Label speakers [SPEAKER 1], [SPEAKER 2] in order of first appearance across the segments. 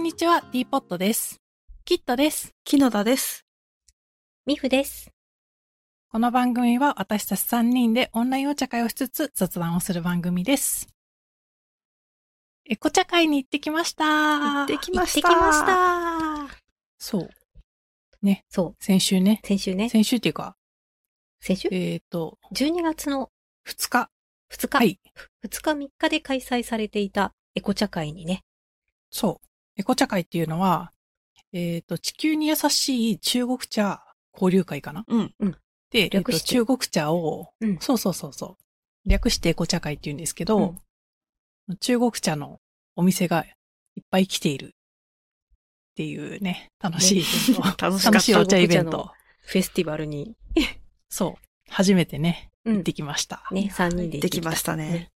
[SPEAKER 1] にちは、ティーポットです。キットです。
[SPEAKER 2] 木野田です。
[SPEAKER 3] ミフです。
[SPEAKER 1] この番組は私たち3人でオンラインお茶会をしつつ雑談をする番組です。エコ茶会に行ってきました。
[SPEAKER 2] 行ってきました。
[SPEAKER 3] 行ってきました。
[SPEAKER 1] そう。
[SPEAKER 3] そ
[SPEAKER 1] 先週ね。
[SPEAKER 3] う、先週ね。
[SPEAKER 1] 先週っていうか、
[SPEAKER 3] 先週
[SPEAKER 1] えっ、と、
[SPEAKER 3] ?12 月の
[SPEAKER 1] 2日。
[SPEAKER 3] 2日、
[SPEAKER 1] はい。
[SPEAKER 3] 2日3日で開催されていたエコ茶会にね。
[SPEAKER 1] そう。エコ茶会っていうのは、えっ、と、地球に優しい中国茶交流会かな
[SPEAKER 2] うん。
[SPEAKER 1] で、えっ
[SPEAKER 3] 略
[SPEAKER 1] と、
[SPEAKER 3] して
[SPEAKER 1] 中国茶を、
[SPEAKER 3] うん
[SPEAKER 1] そうそうそうそう。略してエコ茶会って言うんですけど、中国茶のお店がいっぱい来ているっていうね、楽しいイベント。
[SPEAKER 2] 楽しか
[SPEAKER 1] 楽
[SPEAKER 2] っ
[SPEAKER 1] しいお
[SPEAKER 2] た。
[SPEAKER 1] 茶イベン
[SPEAKER 3] 中国茶
[SPEAKER 1] ト。
[SPEAKER 3] フェスティバルに。
[SPEAKER 1] そう。初めてね、
[SPEAKER 3] う
[SPEAKER 1] 行っ
[SPEAKER 3] ん。
[SPEAKER 1] てきました。
[SPEAKER 3] ね、3人で行
[SPEAKER 2] できましたね。
[SPEAKER 3] めっ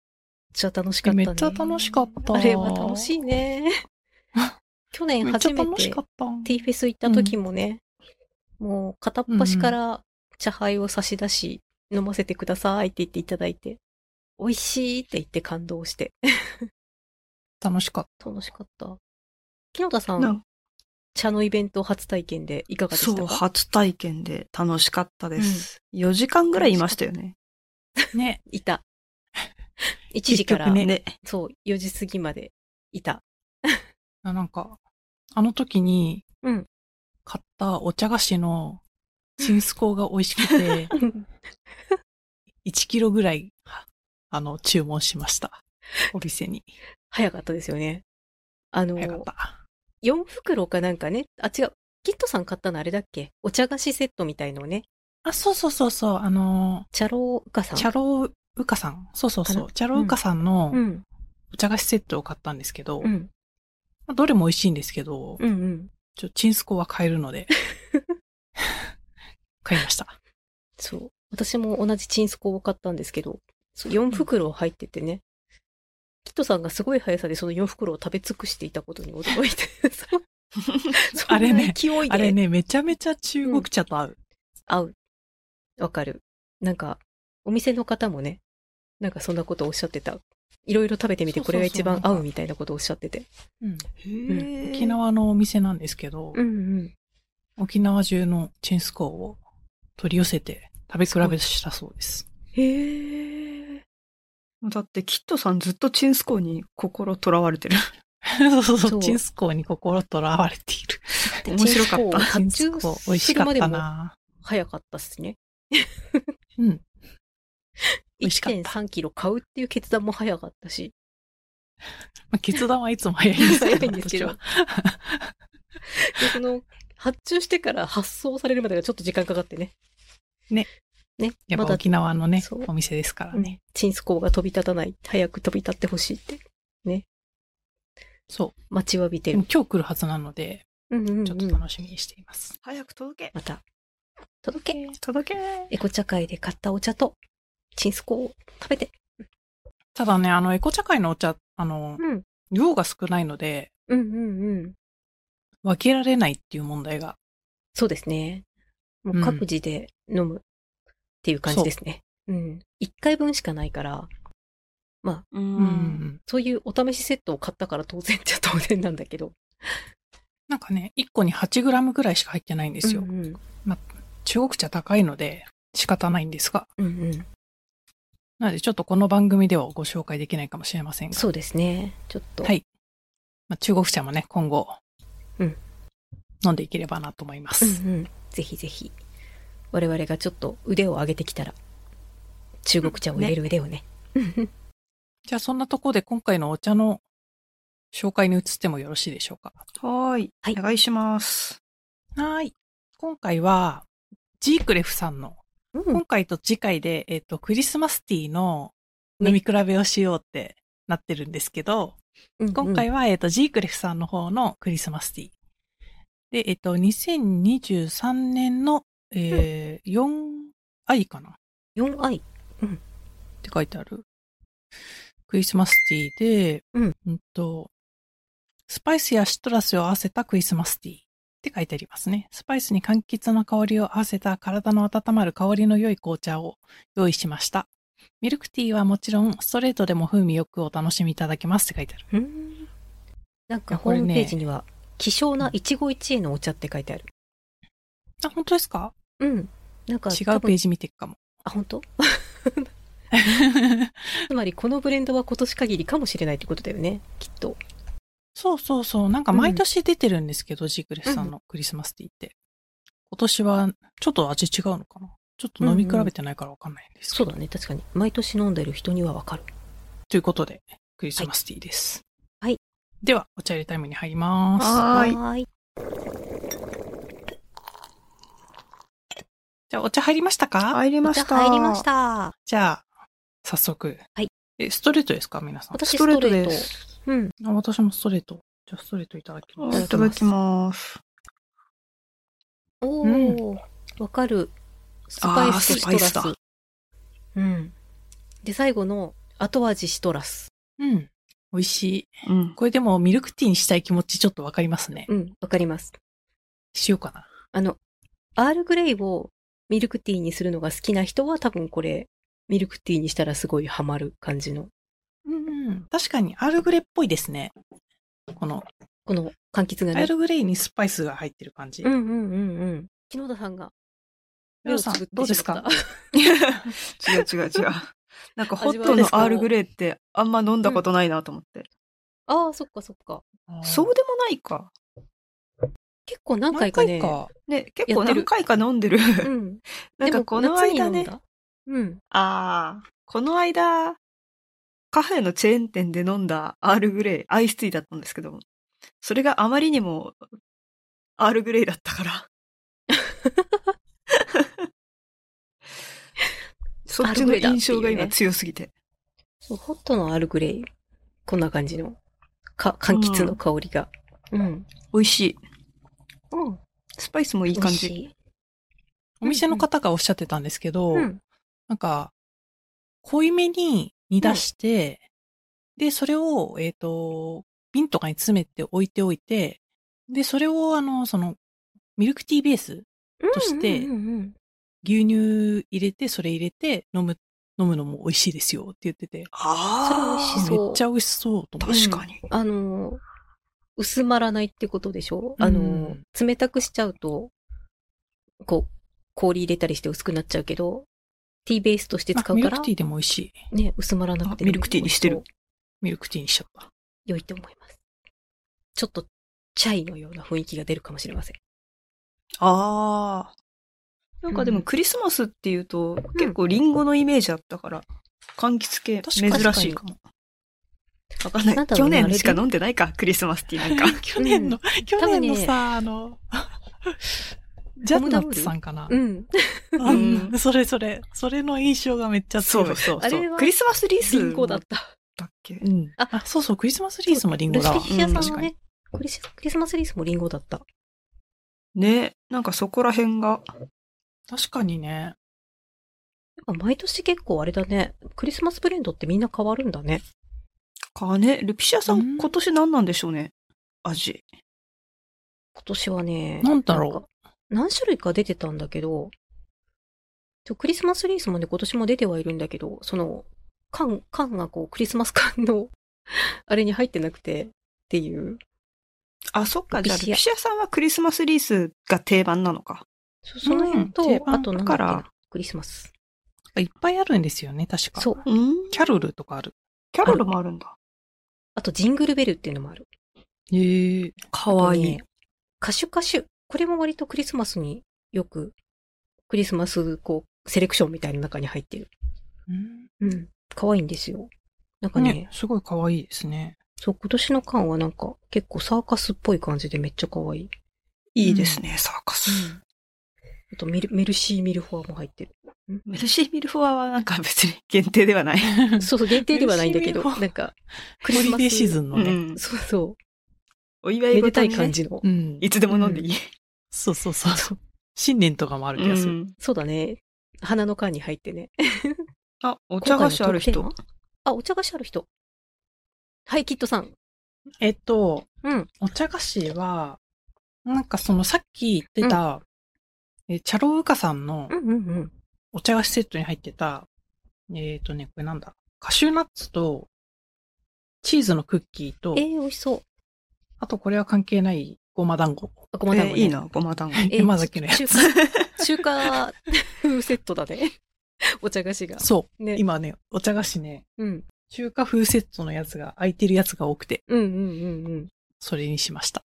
[SPEAKER 3] ちゃ楽しかった
[SPEAKER 1] め
[SPEAKER 3] ね。
[SPEAKER 1] っちゃ楽しかった。
[SPEAKER 3] あれは楽しいね。去年
[SPEAKER 1] めっち
[SPEAKER 3] 初
[SPEAKER 1] ゃ
[SPEAKER 3] め
[SPEAKER 1] 楽してかった。
[SPEAKER 3] ティーフェス行った時もね、もう片っ端から茶杯を差し出し、飲ませてくださいって言っていただいて、美味しいって言って感動して、
[SPEAKER 1] 楽しかっ
[SPEAKER 3] 楽しかった。木野田さ、
[SPEAKER 2] なん
[SPEAKER 3] 茶のイベント初体験でいかがでし
[SPEAKER 2] そう、
[SPEAKER 3] たか
[SPEAKER 2] 初体験で楽しかったです。4時間ぐらいいましたよね。
[SPEAKER 1] た。ね。
[SPEAKER 3] い た。1時から、
[SPEAKER 1] 結局ね
[SPEAKER 2] ね。
[SPEAKER 3] そう、4時過ぎまでいた。
[SPEAKER 1] あなんか、あの時に
[SPEAKER 3] うん、
[SPEAKER 1] 買ったお茶菓子のチンスコーが美味しくて、1キロぐらい、あの、注文しました。お店に。
[SPEAKER 3] 早かったですよね。あの、
[SPEAKER 1] 早かった。
[SPEAKER 3] 4袋かなんかね、あ、違う。キットさん買ったのあれだっけお茶菓子セットみたいのをね。
[SPEAKER 1] あ、そうそうそうそう、あの
[SPEAKER 3] チャローガさ
[SPEAKER 1] ー、
[SPEAKER 3] ん。
[SPEAKER 1] チャローウカさん。そうそうそ
[SPEAKER 3] か
[SPEAKER 1] う、チャローウカさんの
[SPEAKER 3] うん。
[SPEAKER 1] お茶菓子セットを買ったんですけど、
[SPEAKER 3] う
[SPEAKER 1] ま
[SPEAKER 3] ん。
[SPEAKER 1] あどれも美味しいんですけど、
[SPEAKER 3] うんうん。
[SPEAKER 1] ちょ、チンスコーは買える ので、買いました。
[SPEAKER 3] そう。私も同じチンスコを買ったんですけど、そう4袋入っててね。キットさんがすごい速さでその4袋を食べ尽くしていたことに驚い て、そうそ
[SPEAKER 1] あれ
[SPEAKER 3] んな
[SPEAKER 1] ね
[SPEAKER 3] 勢い
[SPEAKER 1] あれ
[SPEAKER 3] で
[SPEAKER 1] ね、めちゃめちゃ中国茶と合う。
[SPEAKER 3] 合う。わかる。なんか、お店の方もね、なんかそんなことをおっしゃってた。いろいろ食べてみて
[SPEAKER 1] そうそ
[SPEAKER 3] こ
[SPEAKER 1] うそう
[SPEAKER 3] れが一番合うみたいなことをおっしゃってて。
[SPEAKER 1] うん
[SPEAKER 2] へ
[SPEAKER 1] 沖縄のお店なんですけど、
[SPEAKER 3] うんうん。
[SPEAKER 1] 沖縄中のチンスコーを取り寄せて食べ比べしたそうです。
[SPEAKER 3] へえ。
[SPEAKER 2] だって、キットさんずっとチンスコーに心とらわれてる。
[SPEAKER 1] そうそうそ、
[SPEAKER 3] そうう
[SPEAKER 1] チンスコーに心とらわれている。
[SPEAKER 3] で
[SPEAKER 2] 面白かった
[SPEAKER 1] チ
[SPEAKER 3] チ
[SPEAKER 1] ン
[SPEAKER 3] ン
[SPEAKER 1] ス
[SPEAKER 3] ス
[SPEAKER 1] コ
[SPEAKER 3] コ
[SPEAKER 1] ー
[SPEAKER 3] ー
[SPEAKER 1] 美味しかった
[SPEAKER 3] 発注するまでも
[SPEAKER 1] な
[SPEAKER 3] 早かったっすね。
[SPEAKER 1] うん。美味しかった。ま
[SPEAKER 3] 1.3キロ買うっていう決断も早かったし。
[SPEAKER 1] あ、決断はいつも早いんですけど。
[SPEAKER 3] 早いん ですけど
[SPEAKER 1] 私は
[SPEAKER 3] で、その、発注してから発送されるまでがちょっと時間かかってね。
[SPEAKER 1] ね。
[SPEAKER 3] ね。
[SPEAKER 1] やっ
[SPEAKER 3] ま
[SPEAKER 1] ぱ
[SPEAKER 3] だ、
[SPEAKER 1] 沖縄のね
[SPEAKER 3] そう、
[SPEAKER 1] お店ですから
[SPEAKER 3] う
[SPEAKER 1] ね。
[SPEAKER 3] んチンスコーが飛び立たない。早く飛び立ってほしいって。
[SPEAKER 1] そう。
[SPEAKER 3] 待ちわびて
[SPEAKER 1] で
[SPEAKER 3] る
[SPEAKER 1] も。今日来るはずなので、
[SPEAKER 3] うんうん、うん。
[SPEAKER 1] ちょっと楽しみにしています。
[SPEAKER 2] 早く届け。
[SPEAKER 3] また、届け。
[SPEAKER 2] 届け。
[SPEAKER 3] エコ茶会で買ったお茶と、チンスコーを食べて。
[SPEAKER 1] ただね、あの、エコ茶会のお茶、あの、
[SPEAKER 3] うん。
[SPEAKER 1] 量が少ないので、
[SPEAKER 3] うんうんうん。
[SPEAKER 1] 分けられないっていう問題が。
[SPEAKER 3] そうですね。も
[SPEAKER 1] う
[SPEAKER 3] うん各自で飲むっていう感じですね。うん。一回分しかないから、
[SPEAKER 2] う
[SPEAKER 1] うん。。
[SPEAKER 3] そういうお試しセットを買ったから当然っちゃ当然なんだけど。
[SPEAKER 1] なんかね、1個に 8g ぐらいしか入ってないんですよ。
[SPEAKER 3] うんうん。
[SPEAKER 1] 中国茶高いので、仕方ないんですが。
[SPEAKER 3] うんうん。
[SPEAKER 1] なので、ちょっとこの番組ではご紹介できないかもしれませんが。
[SPEAKER 3] そうですね。ちょっと。
[SPEAKER 1] はいまあ、中国茶もね、今後、
[SPEAKER 3] うん
[SPEAKER 1] 飲んでいければなと思いま
[SPEAKER 3] う
[SPEAKER 1] す。
[SPEAKER 3] んうん。ぜひぜひ。我々がちょっと腕を上げてきたら、中国茶を入れる腕をね。
[SPEAKER 1] じゃあ、そんなとこで今回のお茶の紹介に移ってもよろしいでしょうか。
[SPEAKER 2] はーい。
[SPEAKER 3] はい
[SPEAKER 2] お願いします。
[SPEAKER 1] はーい。今回は、ジークレフさんの、
[SPEAKER 3] うん
[SPEAKER 1] 今回と次回で、えっ、と、クリスマスティーの
[SPEAKER 3] ね
[SPEAKER 1] 飲み比べをしようってなってるんですけど、今回
[SPEAKER 3] は、
[SPEAKER 1] は、えっ、と、ジークレフさんの方のクリスマスティー。で、えっ、と、2023年の、えー 4i かな
[SPEAKER 3] 4i。
[SPEAKER 1] って書いてある。クリスマスティーで、
[SPEAKER 3] うん。
[SPEAKER 1] と、スパイスやシトラスを合わせたクリスマスティーって書いてありますね。スパイスに柑橘の香りを合わせた体の温まる香りの良い紅茶を用意しました。ミルクティーはもちろん、ストレートでも風味よくお楽しみいただけますって書いてある。
[SPEAKER 3] うん。なん
[SPEAKER 1] い
[SPEAKER 3] か
[SPEAKER 1] やこ
[SPEAKER 3] ホ
[SPEAKER 1] れ
[SPEAKER 3] ー
[SPEAKER 1] ね
[SPEAKER 3] ムページには、希少な一期一会のお茶って書いてある。
[SPEAKER 1] あ、本当ですか
[SPEAKER 3] うん。なんか、
[SPEAKER 1] 違う
[SPEAKER 3] 多
[SPEAKER 1] ペ
[SPEAKER 3] 分
[SPEAKER 1] ージ見ていくかも。
[SPEAKER 3] あ、本当 つまり、このブレンドは今年限りかもしれないってことだよね。きっと。
[SPEAKER 1] そうそうそう。なんか毎年出てるんですけど、ジークレスさんのクリスマスティーって。今年はちょっと味違うのかなちょっと飲み比べてないからわかんないんですけ
[SPEAKER 3] そ
[SPEAKER 1] ど、
[SPEAKER 3] うだね。確かに。毎年飲んでる人にはわかる。
[SPEAKER 1] ということで、クリスマスティーです。
[SPEAKER 3] はい。
[SPEAKER 1] では、お茶入れタイムに入ります。
[SPEAKER 2] はーい
[SPEAKER 3] ーい。
[SPEAKER 1] じゃあ、お茶入りましたか
[SPEAKER 2] 入りま
[SPEAKER 3] お
[SPEAKER 2] し
[SPEAKER 3] 茶
[SPEAKER 2] た。
[SPEAKER 3] 入りまし。た。
[SPEAKER 1] じゃあ、早速。
[SPEAKER 3] はい
[SPEAKER 1] え、ストレートですか皆さん。
[SPEAKER 3] 私
[SPEAKER 2] ス
[SPEAKER 3] ス
[SPEAKER 2] ト
[SPEAKER 3] ト
[SPEAKER 2] レ
[SPEAKER 3] レ
[SPEAKER 2] ー
[SPEAKER 3] ー
[SPEAKER 2] ト
[SPEAKER 3] ト
[SPEAKER 2] です。
[SPEAKER 3] うん。
[SPEAKER 1] あ私もストレート。じゃあ、ストレートいただきま
[SPEAKER 3] ん
[SPEAKER 1] す。
[SPEAKER 2] いただきます。
[SPEAKER 3] おお、わ、かる。スパ
[SPEAKER 2] あー
[SPEAKER 3] イスとシトラ
[SPEAKER 2] スパイ
[SPEAKER 3] ス
[SPEAKER 2] ス。
[SPEAKER 3] うん。で、最後の後味シトラス。
[SPEAKER 1] うん。美味しい。
[SPEAKER 2] うん。
[SPEAKER 1] これでもミルクティーにしたい気持ちちょっとわかりますね。
[SPEAKER 3] うん、わかります。
[SPEAKER 1] しようかな。
[SPEAKER 3] あの、アールグレイをミルクティーにするのが好きな人は多分これ、ミルクティーにしたらすごいハマる感じの、
[SPEAKER 1] うんうん。確かに、アールグレイっぽいですね。この、
[SPEAKER 3] この柑橘
[SPEAKER 1] ア
[SPEAKER 3] がね
[SPEAKER 1] ー。ルグレイにスパイスが入ってる感じ。
[SPEAKER 3] うんうんうんうん。木田さんが
[SPEAKER 1] ヨロさん、どうですか
[SPEAKER 2] 違う違う 違う。なんかホットのアールグレーってあんま飲んだことないなと思って。
[SPEAKER 3] ああ、そっかそっか。
[SPEAKER 2] そうでもないか。
[SPEAKER 3] 結構何
[SPEAKER 1] 何
[SPEAKER 3] 回か
[SPEAKER 1] 回
[SPEAKER 3] ね。
[SPEAKER 1] か。
[SPEAKER 2] ね、結構
[SPEAKER 3] やってる
[SPEAKER 2] 何回か飲んでる。
[SPEAKER 3] うん。
[SPEAKER 2] なんかこの
[SPEAKER 3] でも
[SPEAKER 2] 間
[SPEAKER 3] 夏に飲ん
[SPEAKER 2] ね、
[SPEAKER 3] だ。うん。
[SPEAKER 2] ああ、この間、カフェのチェーン店で飲んだアールグレイ、アイスティーだったんですけども、それがあまりにもアールグレイだったから。そっちの印象が今強すぎて。
[SPEAKER 3] そうホットのアールグレイ。こんな感じの。か、柑橘の香りが。うん。
[SPEAKER 2] 美味しい。
[SPEAKER 3] うん。
[SPEAKER 2] スパイスもい
[SPEAKER 3] い
[SPEAKER 2] い感じ。。
[SPEAKER 1] お店の方がおっしゃってたんですけど、
[SPEAKER 3] うん。
[SPEAKER 1] なんか、濃いめに煮出して、で、それを、えっ、と、瓶とかに詰めて置いておいて、で、それを、あの、その、ミルクティーベース、として
[SPEAKER 3] うんうんうん
[SPEAKER 1] 牛乳入れて、それ入れて、飲む、飲むのも美味しいですよって言ってて、
[SPEAKER 3] あー
[SPEAKER 1] め
[SPEAKER 3] それ美味し
[SPEAKER 1] っちゃ美味しそうと思って。
[SPEAKER 2] 確かに。
[SPEAKER 3] あのー、薄まらないってことでしょあ
[SPEAKER 1] う
[SPEAKER 3] の
[SPEAKER 1] ん
[SPEAKER 3] ー、冷たくしちゃうと、こう、氷入れたりして薄くなっちゃうけど、ティーベースとして使
[SPEAKER 1] あ
[SPEAKER 3] う
[SPEAKER 1] ミ
[SPEAKER 3] か
[SPEAKER 1] ル
[SPEAKER 3] ら
[SPEAKER 1] クテ、ィーでも美味しい。
[SPEAKER 3] ね、薄まらなくて、
[SPEAKER 2] あミルクティーにしてる。
[SPEAKER 1] ミルクティーにしちゃった。
[SPEAKER 3] 良いと思います。ちょっと、チャイのような雰囲気が出るかもしれません。
[SPEAKER 2] ああ。なんかでもクリスマスっていうと、結構リンゴのイメージあったから、柑橘系
[SPEAKER 1] 確かに
[SPEAKER 2] 珍しいかも。わかんな。
[SPEAKER 3] ないんだろ
[SPEAKER 2] 去
[SPEAKER 3] うね
[SPEAKER 2] 年しか
[SPEAKER 3] あれで
[SPEAKER 2] 飲んでないか、クリスマスティー なんか。
[SPEAKER 1] 去年の、去年の
[SPEAKER 3] 多分ね
[SPEAKER 1] さ、あの、ジャンナッツさんかな。
[SPEAKER 3] うん。
[SPEAKER 1] あ
[SPEAKER 2] うん
[SPEAKER 1] それそれ、それの印象がめっちゃ強い。
[SPEAKER 2] そうそう
[SPEAKER 3] あれは
[SPEAKER 2] クリスマスリース
[SPEAKER 3] リンゴだった。
[SPEAKER 2] だっけ
[SPEAKER 1] うん。
[SPEAKER 3] あ
[SPEAKER 1] あ、そうそう、クリスマスリースもリン
[SPEAKER 3] ル
[SPEAKER 1] ゴ
[SPEAKER 3] シ
[SPEAKER 1] だわ。
[SPEAKER 3] フィアさん
[SPEAKER 1] う
[SPEAKER 3] は
[SPEAKER 1] ん確
[SPEAKER 3] ね、クリスクリスマスリースもリンゴだった。
[SPEAKER 2] ね。なんかそこら辺が。
[SPEAKER 1] 確かにね。
[SPEAKER 3] やっぱ毎年結構あれだね。クリスマスブレンドってみんな変わるんだね。
[SPEAKER 2] かね、ルピシアさ
[SPEAKER 1] うん
[SPEAKER 2] ん今年何なんでしょうね。味。
[SPEAKER 3] 今年はね。
[SPEAKER 1] なんだろう
[SPEAKER 3] か何種類か出てたんだけど、ちょクリスマスリースもね、今年も出てはいるんだけど、その、缶、缶がこう、クリスマス缶の、 あれに入ってなくて、っていう。
[SPEAKER 2] あ、そっか。じゃあル
[SPEAKER 3] ルピシア
[SPEAKER 2] ピシアさんはクリスマスリースが定番なのか。
[SPEAKER 3] そその辺と、
[SPEAKER 1] うん定番
[SPEAKER 3] あとなんだっけ
[SPEAKER 2] だか
[SPEAKER 3] な
[SPEAKER 2] ら
[SPEAKER 3] クリスマス。
[SPEAKER 1] いっぱいあるんですよね、確か。
[SPEAKER 3] そう。
[SPEAKER 2] うん。
[SPEAKER 1] キャロルとかある。
[SPEAKER 2] キャロルもあるんだ。
[SPEAKER 3] あと、ジングルベルっていうのもある。
[SPEAKER 1] へえ。
[SPEAKER 2] かわい
[SPEAKER 3] あと
[SPEAKER 2] い
[SPEAKER 3] ね。カシュカシュ。これも割とクリスマスによく、クリスマス、こう、セレクションみたいな中に入ってる。うん。可愛いんですよ。なんかね、
[SPEAKER 1] ね、すごい可愛いですね。
[SPEAKER 3] そう、今年の缶はなんか結構サーカスっぽい感じでめっちゃ可愛い。
[SPEAKER 2] いいですね、サーカス。
[SPEAKER 3] あとメル、メルシーミルフォアも入ってる。
[SPEAKER 2] メルシーミルフォアはなんか別に限定ではない。
[SPEAKER 3] そうそう、限定ではないんだけ
[SPEAKER 1] メルシーミル
[SPEAKER 3] ど、
[SPEAKER 1] フォア
[SPEAKER 3] なんか、ク
[SPEAKER 1] ク
[SPEAKER 3] リ
[SPEAKER 1] リ
[SPEAKER 3] ス
[SPEAKER 1] ス
[SPEAKER 3] マ
[SPEAKER 1] マ
[SPEAKER 3] ス。
[SPEAKER 1] スシーズンの
[SPEAKER 2] う
[SPEAKER 1] ね。
[SPEAKER 2] ん
[SPEAKER 3] そうそ
[SPEAKER 2] お祝
[SPEAKER 3] う。
[SPEAKER 2] い事
[SPEAKER 3] めで
[SPEAKER 2] に
[SPEAKER 3] たい
[SPEAKER 2] ね
[SPEAKER 3] 感じの。
[SPEAKER 1] うん
[SPEAKER 2] いつでも飲んでいい。
[SPEAKER 1] そうそうそうそう。新年とかもある気
[SPEAKER 2] う
[SPEAKER 1] がする。
[SPEAKER 2] ん
[SPEAKER 3] そうだね。花の缶に入ってね。
[SPEAKER 2] あ、お茶菓子ある
[SPEAKER 3] 今
[SPEAKER 2] 人
[SPEAKER 3] 回の。特典は。あ、お茶菓子ある人。はい、キッドさん。
[SPEAKER 1] えっと、
[SPEAKER 3] うん。
[SPEAKER 1] お茶菓子は、なんかそのさっき言ってた、えチャロウカさんの
[SPEAKER 3] うんうんうん。
[SPEAKER 1] お茶菓子セットに入ってた、えっ、とね、これなんだ、カシューナッツと、チーズのクッキーと
[SPEAKER 3] え、ー、美味しそう。
[SPEAKER 1] あとこれは関係ないごま団子。
[SPEAKER 3] あごま団子、
[SPEAKER 2] え
[SPEAKER 3] ね
[SPEAKER 2] ーいいな、ごま団子。
[SPEAKER 3] えー
[SPEAKER 1] 山崎のやつ
[SPEAKER 3] 中華、中華風セットだね。 お茶菓子 が。
[SPEAKER 1] そう。
[SPEAKER 3] ね。
[SPEAKER 1] 今ね、お茶菓子ね、
[SPEAKER 3] うん。
[SPEAKER 1] 中華風セットのやつが、空いてるやつが多くて、
[SPEAKER 3] うんうんうんうん。
[SPEAKER 1] それにしました。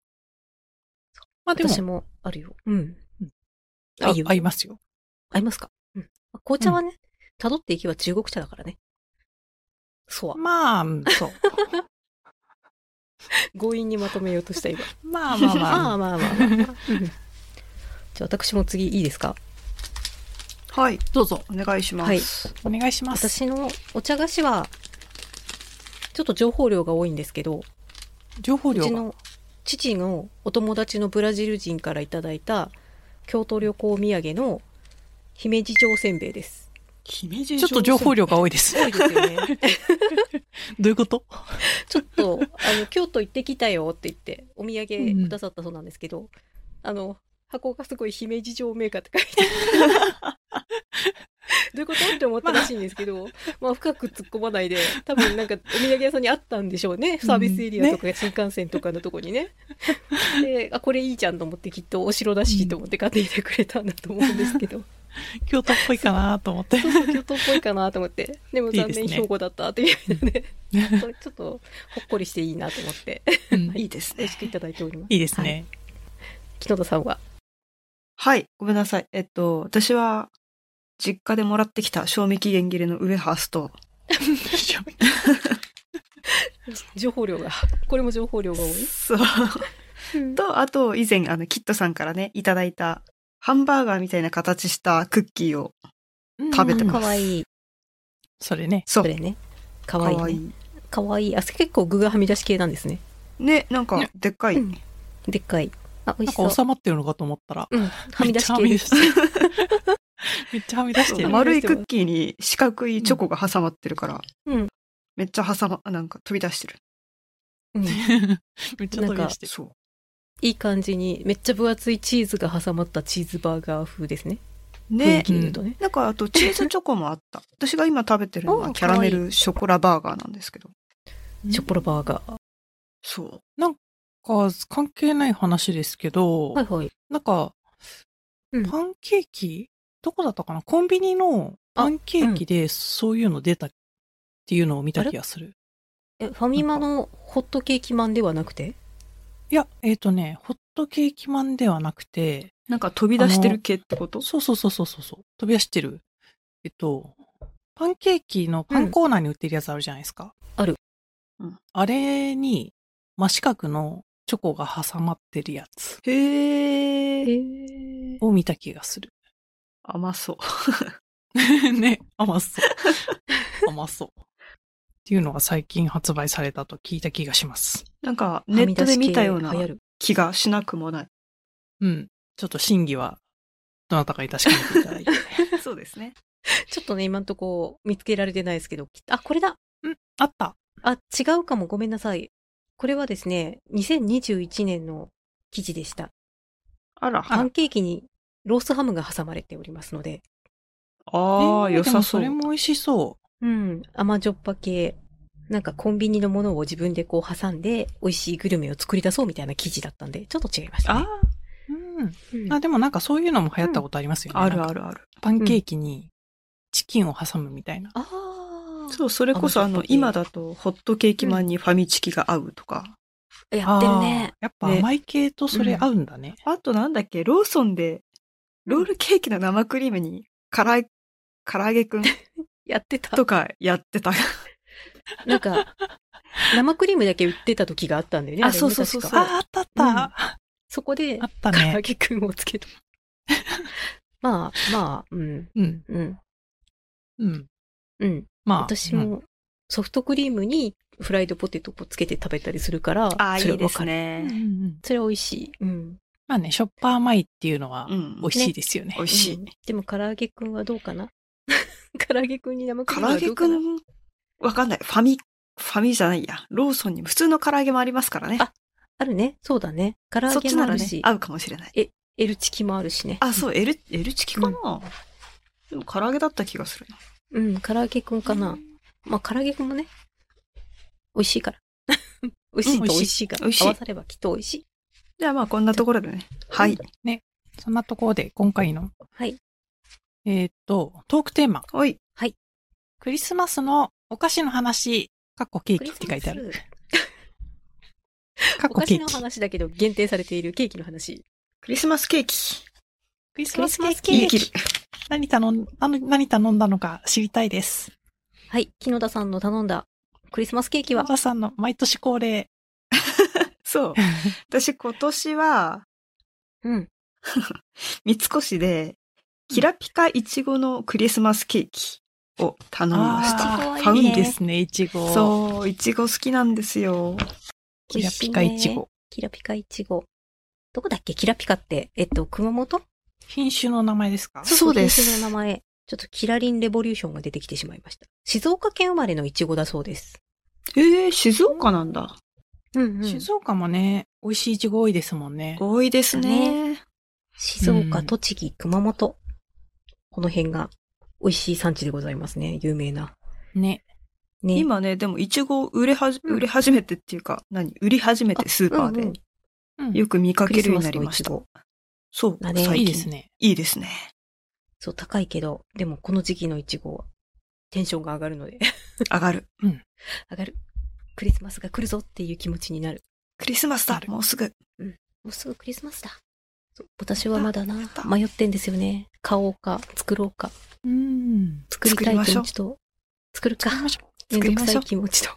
[SPEAKER 1] まあでも
[SPEAKER 3] 私、もあるよ。うん
[SPEAKER 1] うん。
[SPEAKER 3] あ、
[SPEAKER 1] あ
[SPEAKER 3] いいよ
[SPEAKER 1] 合いますよ。
[SPEAKER 3] 合いますかうん。紅茶はね、辿っていけば中国茶だからね。そうは。
[SPEAKER 1] まあ、うんそう。
[SPEAKER 3] 強引にまとめようとした今。
[SPEAKER 1] まあまあ
[SPEAKER 3] ま
[SPEAKER 1] ま
[SPEAKER 3] あ
[SPEAKER 1] あ。
[SPEAKER 3] ま あまあまあ。うんじゃあ私も次いいですか
[SPEAKER 2] はい、
[SPEAKER 1] どうぞ、
[SPEAKER 2] お願いします。
[SPEAKER 3] はい。
[SPEAKER 1] お願いします。
[SPEAKER 3] 私のお茶菓子は、ちょっと情報量が多いんですけど、
[SPEAKER 1] 情報
[SPEAKER 3] う
[SPEAKER 1] 量
[SPEAKER 3] ち
[SPEAKER 1] が。
[SPEAKER 3] の父のお友達のブラジル人からいただいた京都旅行土産の姫路城せんべいです。
[SPEAKER 2] 姫路
[SPEAKER 1] ちょっと情報量が多い です。
[SPEAKER 3] 多いですよね。
[SPEAKER 1] どういうこと
[SPEAKER 3] ちょっとあの京都行ってきたよって言ってお土産くださったそうなんですけど、あの箱がすごい姫路城メーカーって書いてあ るどういうことって思ったらしいんですけど、まあ、深く突っ込まないで多分なんかお土産屋さんにあったんでしょうねサービスエリアとか新幹線とかのとこにね。であこれいいじゃんと思ってきっとお城だしと思って買ってきてくれたんだと思うんですけど、
[SPEAKER 1] 京都っぽいかなと思って。
[SPEAKER 3] そうそう京都っぽいかなと思ってでも残
[SPEAKER 1] いいで
[SPEAKER 3] 念
[SPEAKER 1] すね
[SPEAKER 3] 兵庫だったっていうので、それちょっとほっこりしていいなと思って。
[SPEAKER 1] うん
[SPEAKER 2] いいですね
[SPEAKER 3] 美味。しくいただいております。
[SPEAKER 1] いいですね。
[SPEAKER 3] 木野田さんは。
[SPEAKER 2] はい、ごめんなさい。えっと、私は、実家でもらってきた賞味期限切れのウエハースと、
[SPEAKER 3] 情報量が、これも情報量が多い。
[SPEAKER 2] そう。と、あと、以前、あの、キットさんからね、いただいた、ハンバーガーみたいな形したクッキーを食べて
[SPEAKER 1] うん
[SPEAKER 2] ます。
[SPEAKER 3] かわいい。
[SPEAKER 1] それね。
[SPEAKER 2] そ
[SPEAKER 3] こ
[SPEAKER 2] う
[SPEAKER 3] れ。ね。か
[SPEAKER 2] か
[SPEAKER 3] わいい、
[SPEAKER 2] わい
[SPEAKER 3] ね。
[SPEAKER 2] い。
[SPEAKER 3] かわいい。あ、結構具がはみ出し系なんですね。
[SPEAKER 2] ね、なんか、でっかい。
[SPEAKER 3] うんでっかい。あ、美
[SPEAKER 1] な
[SPEAKER 3] 味
[SPEAKER 1] ん
[SPEAKER 3] しそう
[SPEAKER 1] か。収まってるのかと思ったら、
[SPEAKER 3] うん。はみ出し
[SPEAKER 1] は
[SPEAKER 3] 系
[SPEAKER 1] み
[SPEAKER 3] で
[SPEAKER 1] 出
[SPEAKER 3] す
[SPEAKER 1] し。てる。めっちゃはみ出して
[SPEAKER 2] そう
[SPEAKER 1] る。
[SPEAKER 2] 丸いクッキーに四角いチョコが挟まってるから、
[SPEAKER 3] うん
[SPEAKER 2] めっちゃ挟ま、なんか飛び出してる。
[SPEAKER 3] う ん
[SPEAKER 1] めっちゃ飛び出してる。
[SPEAKER 2] そう。
[SPEAKER 3] いい感じに、めっちゃ分厚いチーズが挟まったチーズバーガー風ですね。雰囲
[SPEAKER 2] ね
[SPEAKER 3] 気、で言うとね。
[SPEAKER 2] なんかあとチーズチョコもあった。私が今食べてるの
[SPEAKER 3] お
[SPEAKER 2] は
[SPEAKER 3] ー
[SPEAKER 2] キャラメルショコラバーガーなんですけど。
[SPEAKER 3] チョコラバーガー。
[SPEAKER 2] そう。
[SPEAKER 1] なんか関係ない話ですけど、
[SPEAKER 3] はいはい。
[SPEAKER 1] なんか、
[SPEAKER 3] うん
[SPEAKER 1] パンケーキどこだったかなコンビニのパンケーキでそういうの出たっていうのを見た気がする。
[SPEAKER 3] え、ファミマのホットケーキマンではなくて
[SPEAKER 1] いや、えっ、とね、ホットケーキマンではなくて、
[SPEAKER 2] なんか飛び出してる系ってこと
[SPEAKER 1] そうそうそうそうそうそう、飛び出してる。えっと、パンケーキのパンコーナーに売ってるやつあるじゃないですか。
[SPEAKER 3] ある
[SPEAKER 2] うん。
[SPEAKER 1] あれに、真四角のチョコが挟まってるやつ
[SPEAKER 2] へー。
[SPEAKER 3] え。
[SPEAKER 1] を見た気がする。
[SPEAKER 2] 甘そう。
[SPEAKER 1] ね、甘そう。甘そう。っていうのが最近発売されたと聞いた気がします。
[SPEAKER 2] なんかネットで見たような
[SPEAKER 3] はみ出し系流行る
[SPEAKER 2] 気がしなくもない。
[SPEAKER 1] うん。ちょっと真偽は、どなたかに確かめていただいて。
[SPEAKER 2] そうですね。
[SPEAKER 3] ちょっとね、今んとこ見つけられてないですけど、きっとあ、これだ
[SPEAKER 1] うん、あった。
[SPEAKER 3] あ、違うかも。ごめんなさい。これはですね、2021年の記事でした。
[SPEAKER 2] あら。
[SPEAKER 1] あ
[SPEAKER 3] パンケーキにロースハムが挟まれておりますので、
[SPEAKER 2] ああ、
[SPEAKER 1] えー
[SPEAKER 2] 良
[SPEAKER 1] でも
[SPEAKER 2] さそ
[SPEAKER 1] そうれ。も美味しそ
[SPEAKER 3] うん、甘じょっぱ系、なんかコンビニのものを自分でこう挟んで、美味しいグルメを作り出そうみたいな記事だったんで、ちょっと違いました
[SPEAKER 2] あ
[SPEAKER 3] ね。
[SPEAKER 1] う。うん。
[SPEAKER 3] うん
[SPEAKER 1] あ、でもなんかそういうのも流行ったことありますよね。
[SPEAKER 2] あ、ある
[SPEAKER 1] なんか
[SPEAKER 2] あるある。
[SPEAKER 1] パンケーキにチキンを挟むみたいな。
[SPEAKER 3] あー
[SPEAKER 2] そう、それこそあの、今だとホットケーキマンにファミチキが合うとか。
[SPEAKER 3] やってるね。
[SPEAKER 1] あー。やっぱ甘い系とそれ合うんだね。
[SPEAKER 2] あとなんだっけ、ローソンで、ロールケーキの生クリームに、から、唐揚げくん
[SPEAKER 3] やってた。
[SPEAKER 2] とかやってた。
[SPEAKER 3] なんか、生クリームだけ売ってた時があったんだよね。
[SPEAKER 2] あ
[SPEAKER 3] れね
[SPEAKER 2] そうそうそう
[SPEAKER 3] 確
[SPEAKER 2] そ
[SPEAKER 3] か
[SPEAKER 2] う
[SPEAKER 1] あー、あったあった。
[SPEAKER 3] そこで
[SPEAKER 1] あ、った
[SPEAKER 3] 唐揚
[SPEAKER 1] ね。
[SPEAKER 3] げくんを つけた。まあ、まあ、うん、
[SPEAKER 1] うん。
[SPEAKER 3] うん、
[SPEAKER 1] うん。
[SPEAKER 3] うん。
[SPEAKER 1] まあ。
[SPEAKER 3] 私
[SPEAKER 1] うん
[SPEAKER 3] もソフトクリームにフライドポテトをつけて食べたりするから、それはわかる。
[SPEAKER 1] うんうん
[SPEAKER 2] ね。
[SPEAKER 1] うん
[SPEAKER 3] それは美味しい。うん。
[SPEAKER 1] まあね、しょっぱ甘いっていうのは
[SPEAKER 2] うん
[SPEAKER 1] 美味しいですよね
[SPEAKER 2] 美。味しい。
[SPEAKER 3] うんでも、唐揚げくんはどうかな 唐揚げくんに生クリ
[SPEAKER 2] 唐揚
[SPEAKER 3] ームはど
[SPEAKER 2] げ
[SPEAKER 3] う
[SPEAKER 2] く
[SPEAKER 3] かな。
[SPEAKER 2] ん、わかんない。ファミ、ファミじゃないや。ローソンにも普通の唐揚げもありますからね。
[SPEAKER 3] ああるね。そうだね。唐揚
[SPEAKER 2] そっ
[SPEAKER 3] げ
[SPEAKER 2] ち
[SPEAKER 3] も
[SPEAKER 2] な
[SPEAKER 3] あ
[SPEAKER 2] ら
[SPEAKER 3] る
[SPEAKER 2] ね
[SPEAKER 3] し、、
[SPEAKER 2] 合うかもしれない。
[SPEAKER 3] エルチキもあるしね。
[SPEAKER 2] あ、そう、L、L チキかな、でも唐揚げだった気がするな。
[SPEAKER 3] うん、唐揚げくんかな。まあ、唐揚げくんもね、 美味しいから。美味しいと美味しいから、
[SPEAKER 2] 美味しい
[SPEAKER 3] 合わさればきっと美味しい。
[SPEAKER 2] じゃあまあこんなところでね。はい。
[SPEAKER 1] そんなところで今回の、
[SPEAKER 3] はい。
[SPEAKER 1] えーっと、トークテーマ、
[SPEAKER 2] おい。
[SPEAKER 1] クリスマスのお菓子の話、かっこケー
[SPEAKER 3] ク
[SPEAKER 1] キ
[SPEAKER 3] リ
[SPEAKER 1] っ
[SPEAKER 3] ス
[SPEAKER 1] て書
[SPEAKER 3] マ
[SPEAKER 1] いてある。
[SPEAKER 3] ス
[SPEAKER 1] かっ
[SPEAKER 3] お
[SPEAKER 1] こ
[SPEAKER 3] 菓
[SPEAKER 1] ケー
[SPEAKER 3] 子の
[SPEAKER 1] キ。
[SPEAKER 3] 話だけど限定されているケーキの話。
[SPEAKER 2] クリスマスケーキ。
[SPEAKER 1] クリス
[SPEAKER 3] ク
[SPEAKER 1] マ
[SPEAKER 3] リ
[SPEAKER 1] ス
[SPEAKER 3] ス
[SPEAKER 1] ケ
[SPEAKER 3] マ
[SPEAKER 1] ー
[SPEAKER 3] スケ
[SPEAKER 1] キ。
[SPEAKER 2] 言
[SPEAKER 3] ー
[SPEAKER 2] い
[SPEAKER 3] キ。
[SPEAKER 2] 切る。
[SPEAKER 1] 何頼んあの何頼んだのか知りたいです。
[SPEAKER 3] はい。木野田さんの頼んだクリスマスケーキ
[SPEAKER 1] 和
[SPEAKER 3] は、
[SPEAKER 1] 田さんの毎年恒 例。
[SPEAKER 2] そう。私今年は、
[SPEAKER 3] うん。
[SPEAKER 2] 三越で、キラピカイチゴのクリスマスケーキを頼みました。
[SPEAKER 1] あ
[SPEAKER 3] い
[SPEAKER 1] ー
[SPEAKER 3] ち
[SPEAKER 1] フ
[SPEAKER 3] ごはいいね
[SPEAKER 1] ァンですね、いちご。
[SPEAKER 2] そう、いちご好きなんですよ。
[SPEAKER 1] キラピカいち
[SPEAKER 3] 美味しいね
[SPEAKER 1] ご。
[SPEAKER 3] キラピカイチゴ。どこだっけキラピカって、えっと、熊本
[SPEAKER 1] 品種の名前ですか
[SPEAKER 2] そうです
[SPEAKER 3] 品種の名前。ちょっとキラリンレボリューションが出てきてしまいました。静岡県生まれのイチゴだそうです。
[SPEAKER 2] えー、静岡なんだ。
[SPEAKER 3] うん、
[SPEAKER 1] 静岡もね、美味しいいちご多いですもんね。
[SPEAKER 2] 多いですね。
[SPEAKER 3] 静岡、
[SPEAKER 1] うん
[SPEAKER 3] 栃木、熊本。この辺が美味しい産地でございますね。有名な。
[SPEAKER 1] ね。
[SPEAKER 3] ね。
[SPEAKER 2] 今ね、でもいちご売れはじ、
[SPEAKER 3] うん
[SPEAKER 2] 売れ始めてっていうか、何売り始めてスーパーで、
[SPEAKER 3] うん
[SPEAKER 1] う
[SPEAKER 3] うん
[SPEAKER 1] ん
[SPEAKER 2] よく見か
[SPEAKER 3] ク
[SPEAKER 2] け
[SPEAKER 3] リス
[SPEAKER 2] るよう
[SPEAKER 3] マ
[SPEAKER 2] にな
[SPEAKER 3] ス
[SPEAKER 2] り
[SPEAKER 3] のイ
[SPEAKER 2] まし
[SPEAKER 3] チ
[SPEAKER 2] た。
[SPEAKER 3] ゴ。
[SPEAKER 2] そう、
[SPEAKER 3] だね
[SPEAKER 2] 最近
[SPEAKER 1] いいです。ね。
[SPEAKER 2] いいですね。
[SPEAKER 3] そう、高いけど、でもこの時期のイチゴはテンションが上がるので、
[SPEAKER 2] 上がる。
[SPEAKER 3] 上がる。クリスマスが来るぞっていう気持ちになる。
[SPEAKER 2] クリスマス
[SPEAKER 1] あ
[SPEAKER 2] だ
[SPEAKER 1] る
[SPEAKER 2] もうすぐ。
[SPEAKER 3] もうすぐクリスマスだ。そう私はまだな
[SPEAKER 2] やった、
[SPEAKER 3] 迷ってんですよね。買おうか、作ろうか、
[SPEAKER 1] うん。
[SPEAKER 3] 作りたい
[SPEAKER 2] 作りま
[SPEAKER 3] 気
[SPEAKER 2] しょ
[SPEAKER 3] 持
[SPEAKER 2] う
[SPEAKER 3] ちと、作るか、
[SPEAKER 1] 作りましょ
[SPEAKER 3] めん
[SPEAKER 2] 作
[SPEAKER 3] ど
[SPEAKER 2] り
[SPEAKER 3] く
[SPEAKER 2] ま
[SPEAKER 3] さ
[SPEAKER 2] しょ。
[SPEAKER 3] いう気持ちと。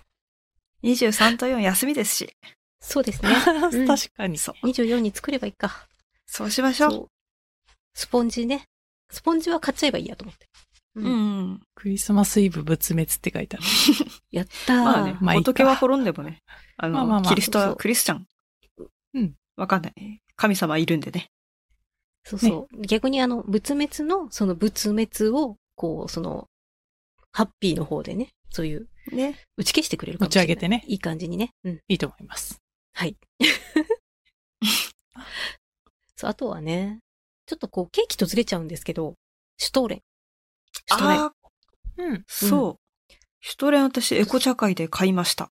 [SPEAKER 2] 23と4休みですし。
[SPEAKER 3] そうです ね。
[SPEAKER 1] う
[SPEAKER 3] うん
[SPEAKER 1] 確かに。
[SPEAKER 2] そう。
[SPEAKER 3] 24に作ればいいか。
[SPEAKER 2] そうしましょう。
[SPEAKER 3] そうスポンジね。スポンジは買っちゃえばいいやと思って。う
[SPEAKER 2] うんん。
[SPEAKER 1] クリスマスイブ仏滅って書いてある。
[SPEAKER 3] やったー。
[SPEAKER 2] まあね、
[SPEAKER 1] まあいいか
[SPEAKER 2] 仏は滅んでもね、あの、
[SPEAKER 1] まあまあまあ
[SPEAKER 2] キリスト
[SPEAKER 3] そうそ
[SPEAKER 2] は
[SPEAKER 3] う
[SPEAKER 2] クリスチャン。
[SPEAKER 1] うん。
[SPEAKER 2] わかんない。神様いるんでね。
[SPEAKER 3] そうそう。逆にあの、仏滅の、その仏滅を、こう、その、ハッピーの方でね、そういう、
[SPEAKER 2] ね。
[SPEAKER 3] 打ち消してくれるかもしれない。
[SPEAKER 1] 持ち上げてね
[SPEAKER 3] いい感じにね。うん。
[SPEAKER 1] いいと思います。
[SPEAKER 3] はい。そう、あとはね、ちょっとこう、ケーキとずれちゃうんですけど、シュトーレン。シュトーレン。
[SPEAKER 2] ああ、
[SPEAKER 1] うん。
[SPEAKER 2] そう。シュトレン私、エコ茶会で買いました。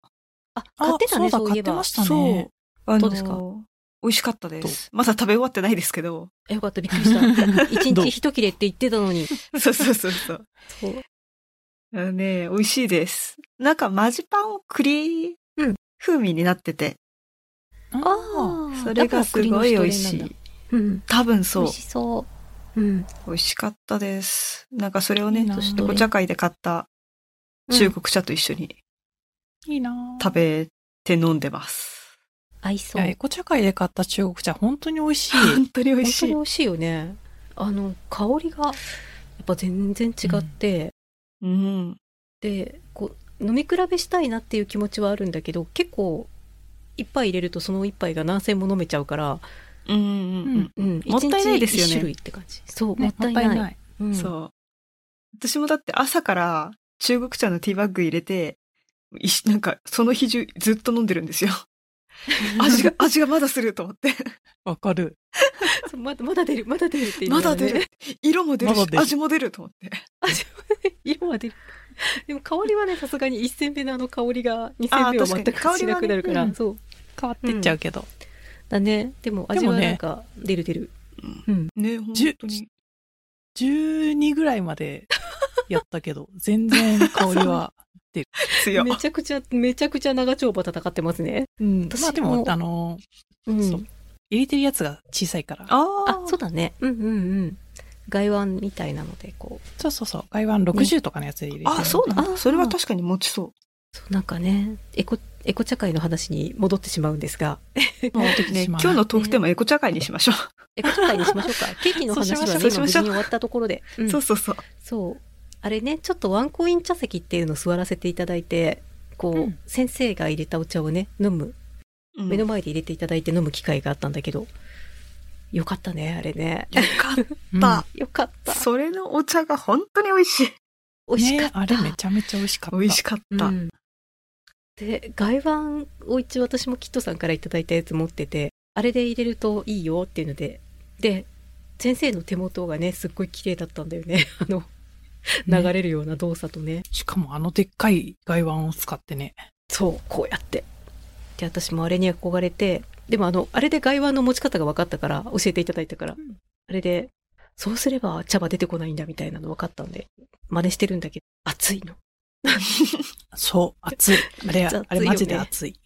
[SPEAKER 3] あ、買ってたね、
[SPEAKER 1] あそ
[SPEAKER 3] そうう
[SPEAKER 1] だ
[SPEAKER 3] い
[SPEAKER 1] 買
[SPEAKER 3] えば。
[SPEAKER 1] ってましたね
[SPEAKER 2] そう。あのー
[SPEAKER 3] どうですか
[SPEAKER 2] 美味しかったです。まだ食べ終わってないですけど。
[SPEAKER 3] よかった、びっくりした。一日一切れって言ってたのに。
[SPEAKER 2] そうそうそうそう。
[SPEAKER 3] そう。
[SPEAKER 2] あのね、美味しいです。なんか、マジパンを栗
[SPEAKER 3] うん
[SPEAKER 2] 風味になってて、
[SPEAKER 1] あ
[SPEAKER 3] あ
[SPEAKER 2] それがすごい美味し。
[SPEAKER 3] だから栗のシュトーレンなん
[SPEAKER 2] い
[SPEAKER 3] だ。うん。
[SPEAKER 2] 多分
[SPEAKER 3] 美
[SPEAKER 2] そう
[SPEAKER 3] 味。しそう。うん。
[SPEAKER 2] 美味しかったです。なんか、それを
[SPEAKER 1] い
[SPEAKER 2] ね
[SPEAKER 1] いな、
[SPEAKER 2] エコ茶会で買った中国茶と一緒に
[SPEAKER 1] あ。いいなぁ
[SPEAKER 2] 食べて飲んでます。
[SPEAKER 3] 合いそ
[SPEAKER 1] いうや、。エコ茶会で買った中国茶、本当に美味しい。
[SPEAKER 2] 本当に美味
[SPEAKER 3] 本当
[SPEAKER 2] し
[SPEAKER 3] に
[SPEAKER 2] い
[SPEAKER 3] 美。味しいよね。あの、香りが、やっぱ全然違って、
[SPEAKER 2] うん。
[SPEAKER 3] で、こう、飲み比べしたいなっていう気持ちはあるんだけど、結構、一杯入れるとその一杯が何千も飲めちゃうから、
[SPEAKER 2] うんうんうん。
[SPEAKER 3] うん、
[SPEAKER 2] もったいないですよね
[SPEAKER 3] 一日一種類って感じ。そう、 も
[SPEAKER 1] ね
[SPEAKER 3] ったいない。
[SPEAKER 1] い。
[SPEAKER 3] うん
[SPEAKER 2] そう。私もだって朝から中国茶のティーバッグ入れて、いしなんかその日中ずっと飲んでるんですよ。味が、味がまだすると思って。
[SPEAKER 1] わかる。
[SPEAKER 3] そうまだまだ出る、まだ出るっていう、
[SPEAKER 2] まだ出 る。。色も出るし、
[SPEAKER 1] まだ出る
[SPEAKER 2] 味も出ると思って。
[SPEAKER 3] 味はね色は出る。でも香りはね、さすがに1煎目のあの香りが2煎目
[SPEAKER 2] あ
[SPEAKER 3] は
[SPEAKER 2] ー確
[SPEAKER 3] 全
[SPEAKER 2] かに
[SPEAKER 3] くしなくなるから。
[SPEAKER 1] 香りはねうん
[SPEAKER 3] そう。
[SPEAKER 1] 変わってっちゃうけど。
[SPEAKER 3] だね。でも
[SPEAKER 1] で
[SPEAKER 3] 味
[SPEAKER 1] も
[SPEAKER 3] は
[SPEAKER 1] ね
[SPEAKER 3] なんか出る出る。
[SPEAKER 2] ね、本
[SPEAKER 1] じゅ
[SPEAKER 2] 当に。
[SPEAKER 1] 12ぐらいまでやったけど、 全然香りは。
[SPEAKER 2] 強い。
[SPEAKER 3] めちゃくちゃ、めちゃくちゃ長丁場戦ってますね。
[SPEAKER 1] うん。
[SPEAKER 3] 私
[SPEAKER 1] まあで
[SPEAKER 3] も
[SPEAKER 1] も
[SPEAKER 3] う、
[SPEAKER 1] あの、
[SPEAKER 3] うん。
[SPEAKER 1] そう入れてるやつが小さいから。
[SPEAKER 2] あ
[SPEAKER 3] あ、そうだね。うんうんうん。外腕みたいなので、こう。
[SPEAKER 1] そうそうそう。外湾60とかのやつで入れてる。
[SPEAKER 2] あ、そうな
[SPEAKER 3] あ
[SPEAKER 2] の
[SPEAKER 3] ー
[SPEAKER 2] それは確かに持ちそ
[SPEAKER 3] そうなんかね、エコ、エコ茶会の話に戻ってしまうんですが、
[SPEAKER 2] う。もう
[SPEAKER 1] て
[SPEAKER 2] ね、
[SPEAKER 1] しま
[SPEAKER 2] 今
[SPEAKER 1] う
[SPEAKER 2] 日のトークテーマエコ茶会にしましょ
[SPEAKER 3] エコ茶会にしましょう か。ケーキの話はね、
[SPEAKER 2] そう
[SPEAKER 3] 今
[SPEAKER 2] し
[SPEAKER 3] 無
[SPEAKER 2] まし
[SPEAKER 3] 事
[SPEAKER 2] ょう
[SPEAKER 3] に終わったところで。う
[SPEAKER 2] う。
[SPEAKER 3] ん
[SPEAKER 2] そうそうそう。
[SPEAKER 3] そう。あれね、ちょっとワンコイン茶席っていうのを座らせていただいて、こう、
[SPEAKER 1] うん
[SPEAKER 3] 先生が入れたお茶をね、飲む、
[SPEAKER 2] うん
[SPEAKER 3] 目の前で入れていただいて飲む機会があったんだけど、よかったね、あれね。
[SPEAKER 2] よかっ
[SPEAKER 1] うん
[SPEAKER 2] た。
[SPEAKER 3] よかった。
[SPEAKER 2] それのお茶が本当に美味しい。
[SPEAKER 3] 美味しか
[SPEAKER 1] ね
[SPEAKER 3] っ、た。
[SPEAKER 1] あれめちゃめちゃ美味しかった。
[SPEAKER 2] 美味しかっ
[SPEAKER 3] う
[SPEAKER 2] た。
[SPEAKER 3] んで、外腕を一応私もキットさんからいただいたやつ持ってて、あれで入れるといいよっていうので、で、先生の手元がね、すっごい綺麗だったんだよね。あの、
[SPEAKER 1] ね
[SPEAKER 3] 流れるような動作とね。
[SPEAKER 1] しかもあのでっかい外腕を使ってね。
[SPEAKER 3] そう、こうやって。で、私もあれに憧れて、でもあの、あれで外腕の持ち方が分かったから、教えていただいたから、あれで、そうすれば茶葉出てこないんだみたいなの分かったんで、真似してるんだけど、熱いの。
[SPEAKER 1] そう、熱い。あれ、
[SPEAKER 3] めっちゃ熱いよね
[SPEAKER 1] あれマジで熱い。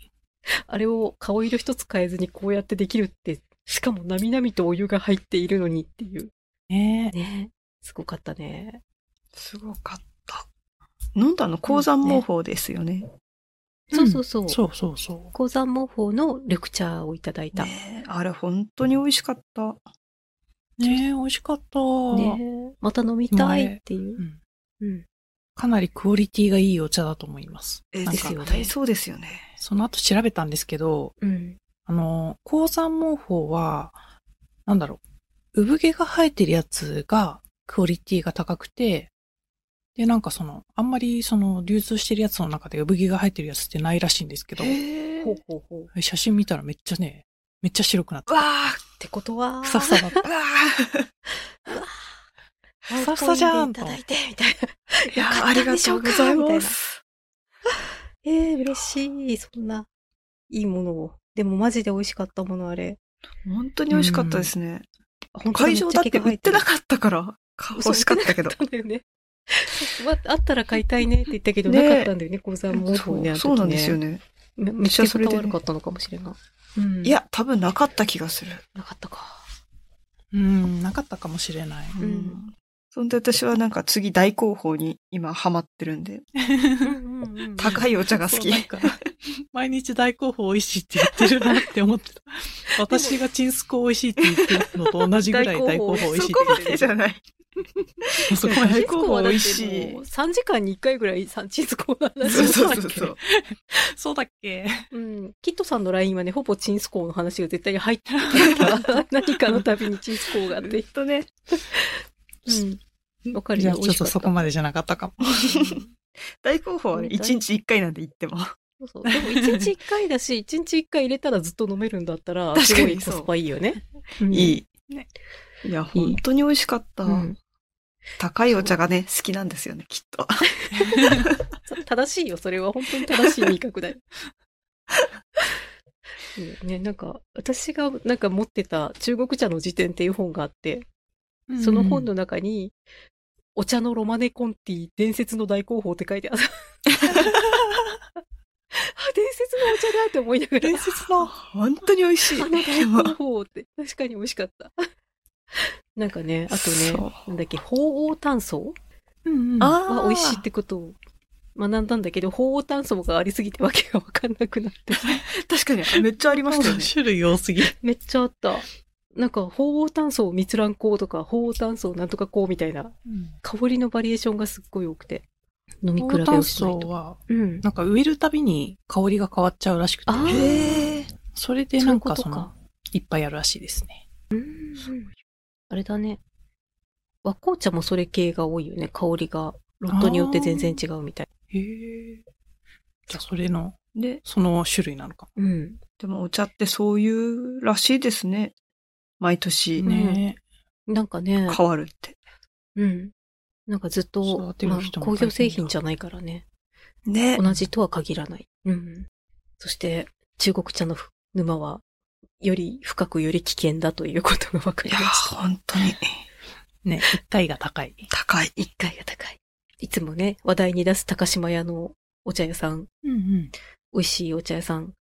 [SPEAKER 3] あれを顔色一つ変えずにこうやってできるって、しかもなみなみとお湯が入っているのにっていう。
[SPEAKER 1] ねえ
[SPEAKER 3] ねすごかったね。
[SPEAKER 2] すごかった。飲んだの鉱山毛法ですよね。
[SPEAKER 3] そうそうそう。
[SPEAKER 1] そうそうそ
[SPEAKER 3] 鉱山毛法のレクチャーをいただいた。ね
[SPEAKER 2] ねあれ本当に美味しかった。
[SPEAKER 1] う。ねえ、美味しかった。
[SPEAKER 3] また飲みたいっていう。
[SPEAKER 1] うん
[SPEAKER 3] うん。
[SPEAKER 1] かなりクオリティがいいお茶だと思います。
[SPEAKER 2] え
[SPEAKER 1] なん
[SPEAKER 3] です
[SPEAKER 1] か
[SPEAKER 3] よね
[SPEAKER 2] 絶対そうですよね。
[SPEAKER 1] その後調べたんですけど、
[SPEAKER 3] うん。
[SPEAKER 1] あの、鉱山毛法は、なんだろう、産毛が生えてるやつがクオリティが高くて、で、なんかその、あんまりその流通してるやつの中で産毛が生えてるやつってないらしいんですけど、
[SPEAKER 2] へえ。
[SPEAKER 3] ほう
[SPEAKER 2] わ
[SPEAKER 3] ほうほう。っ
[SPEAKER 1] 写真見たらめっちゃね、めっちゃ白くなってた。
[SPEAKER 2] あ
[SPEAKER 3] てことは、
[SPEAKER 1] ふさふさだった。
[SPEAKER 2] うわ
[SPEAKER 3] ワン
[SPEAKER 1] ふさふさじゃん
[SPEAKER 3] コインでいただいて、みたいな。
[SPEAKER 2] ーいや
[SPEAKER 3] よ
[SPEAKER 2] ー
[SPEAKER 3] かった
[SPEAKER 2] あ
[SPEAKER 3] ん
[SPEAKER 2] り
[SPEAKER 3] で
[SPEAKER 2] が
[SPEAKER 3] し
[SPEAKER 2] と
[SPEAKER 3] ょ
[SPEAKER 2] う
[SPEAKER 3] うか
[SPEAKER 2] ございます。
[SPEAKER 3] ええ嬉しい。そんな、いいものを。でもマジで美味しかったもの、あれ。
[SPEAKER 2] 本当に美味しかったですね。
[SPEAKER 3] 本当
[SPEAKER 2] 会
[SPEAKER 3] にめ
[SPEAKER 2] 場
[SPEAKER 3] ちゃ
[SPEAKER 2] だっ
[SPEAKER 3] 毛
[SPEAKER 2] て
[SPEAKER 3] が生
[SPEAKER 2] 売
[SPEAKER 3] え
[SPEAKER 2] って
[SPEAKER 3] る
[SPEAKER 2] なかったから、買
[SPEAKER 3] そう
[SPEAKER 2] 欲しかったけど
[SPEAKER 3] 売。てなかったんだよね。まあったら買いたいねって言ったけど、
[SPEAKER 2] ねえ
[SPEAKER 3] なかったんだよね、鉱山も、ね。
[SPEAKER 2] そ
[SPEAKER 3] あの時ね
[SPEAKER 2] うそうなんですよ。ね。
[SPEAKER 3] めめっ
[SPEAKER 2] めっ
[SPEAKER 3] ち
[SPEAKER 2] ち
[SPEAKER 3] ゃ
[SPEAKER 2] ゃ
[SPEAKER 3] そ
[SPEAKER 2] そ
[SPEAKER 3] れ
[SPEAKER 2] れ
[SPEAKER 3] で、
[SPEAKER 2] でね
[SPEAKER 3] 悪かったのかもしれない。うん
[SPEAKER 2] い、や、多分なかった気がする。
[SPEAKER 3] なかったか。
[SPEAKER 1] うん、なかったかもしれない。
[SPEAKER 3] ん
[SPEAKER 2] うんそんで私はなんか次大広報に今ハマってるんで、高
[SPEAKER 3] い
[SPEAKER 2] いお茶が
[SPEAKER 1] そ
[SPEAKER 2] 好
[SPEAKER 1] う
[SPEAKER 2] き。
[SPEAKER 1] なんか毎日大好評美味しいって言ってるなって思 ってた。私がチンスコ美味しいって言ってるのと同じぐらい大好評美 味しいって
[SPEAKER 2] そこ
[SPEAKER 1] 言
[SPEAKER 2] ま
[SPEAKER 1] って
[SPEAKER 2] で
[SPEAKER 1] る。
[SPEAKER 2] じゃない。
[SPEAKER 1] そこま
[SPEAKER 2] ま
[SPEAKER 1] で
[SPEAKER 2] で。
[SPEAKER 3] 高校
[SPEAKER 2] 高校
[SPEAKER 3] 美
[SPEAKER 2] 美
[SPEAKER 3] 味
[SPEAKER 2] 味
[SPEAKER 3] し
[SPEAKER 2] し
[SPEAKER 3] い
[SPEAKER 2] い。
[SPEAKER 3] 3時間に1回ぐらい産地図工の話
[SPEAKER 2] そう
[SPEAKER 3] を
[SPEAKER 2] そうそ
[SPEAKER 3] したっ
[SPEAKER 2] う
[SPEAKER 3] け
[SPEAKER 2] そう。
[SPEAKER 1] そうだっけ
[SPEAKER 3] うん。キットさんの LINE はね、ほぼチンスコーの話が絶対に入ってるから、 何かのたびにチンスコーがあって。
[SPEAKER 2] とね。
[SPEAKER 3] うん。わかる
[SPEAKER 1] じゃ
[SPEAKER 3] よ。
[SPEAKER 1] あちょっとそこまでじゃなかったかも。
[SPEAKER 3] 美味しかったうん
[SPEAKER 2] 大広報はね、
[SPEAKER 3] 本当に
[SPEAKER 2] 一日一回なんで行っても。
[SPEAKER 3] そうそう。でも1日1回だし、1日1回入れたらずっと飲めるんだったら、
[SPEAKER 2] 確
[SPEAKER 3] す
[SPEAKER 2] か
[SPEAKER 3] ごい
[SPEAKER 2] に
[SPEAKER 3] コ
[SPEAKER 2] そう
[SPEAKER 3] スパいいよね。うん
[SPEAKER 2] いい。
[SPEAKER 1] ね
[SPEAKER 2] いや、本当に美味しかった。
[SPEAKER 3] うん
[SPEAKER 2] 高いお茶がね、好きなんですよね、きっと。
[SPEAKER 3] そう正しいよ、それは本当に正しい味覚だよ。うんね、なんか、私がなんか持ってた中国茶の辞典っていう本があって、その本の中に、お茶のロマネコンティ伝説の大広報って書 いてある。あ伝説のお茶だって思いながら。
[SPEAKER 1] 伝説の。
[SPEAKER 2] 本当に美味し い。
[SPEAKER 3] あの 大
[SPEAKER 2] でも
[SPEAKER 3] 広報って、確かに美味しかった。なんかね、あとね
[SPEAKER 2] そ、
[SPEAKER 3] なんだっけ、鳳凰炭素
[SPEAKER 1] うんうん
[SPEAKER 2] あ
[SPEAKER 3] は美味しいっ。てことを学んだんだけど、鳳凰炭素がありすぎてわけがわかんなくなって。
[SPEAKER 2] 確かに、めっちゃありましたよね。
[SPEAKER 1] 種類多すぎ。
[SPEAKER 3] めっちゃあった。なんか、鳳凰炭素蜜蘭香とか、鳳凰炭素なんとか香みたいな、香りのバリエーションがすっごい多くて、飲み比べ
[SPEAKER 1] 高
[SPEAKER 3] を
[SPEAKER 1] 炭
[SPEAKER 3] しな
[SPEAKER 1] 素
[SPEAKER 3] いと。
[SPEAKER 1] は、
[SPEAKER 3] うん。
[SPEAKER 1] なんか植えるたびに香りが変わっちゃうらしくて
[SPEAKER 3] あ、ー
[SPEAKER 2] へえ。
[SPEAKER 1] それでなんか
[SPEAKER 3] そう
[SPEAKER 1] そ
[SPEAKER 3] いうこと
[SPEAKER 1] の
[SPEAKER 3] か、
[SPEAKER 1] いっぱいあるらしいですね。
[SPEAKER 3] うん。あれだね。和紅茶もそれ系が多いよね。香りが、ロットによって全然違うみたい。
[SPEAKER 1] へえ。じゃあそれの、
[SPEAKER 2] で、
[SPEAKER 1] その種類なのか。
[SPEAKER 3] うん。
[SPEAKER 2] でもお茶ってそういうらしいですね。毎年
[SPEAKER 3] ん
[SPEAKER 1] ね
[SPEAKER 3] なんかね、
[SPEAKER 2] 変わるって。
[SPEAKER 3] うん。なんかずっと
[SPEAKER 1] 育、て
[SPEAKER 3] ま
[SPEAKER 1] る
[SPEAKER 3] あ
[SPEAKER 1] 人も大変だ
[SPEAKER 3] 工業製品じゃないからね。
[SPEAKER 2] ね。
[SPEAKER 3] 同じとは限らない。うん。そして、中国茶のふ沼は、より深くより危険だということが分か
[SPEAKER 2] い
[SPEAKER 3] り
[SPEAKER 2] や
[SPEAKER 3] まし
[SPEAKER 2] ー、
[SPEAKER 3] た。
[SPEAKER 2] 本当に
[SPEAKER 1] え。ね一体が高い。
[SPEAKER 2] 高い。
[SPEAKER 3] 一回が高い。いつもね、話題に出す高島屋のお茶屋さん、
[SPEAKER 1] うんうん。
[SPEAKER 3] 美味しいお茶屋さん、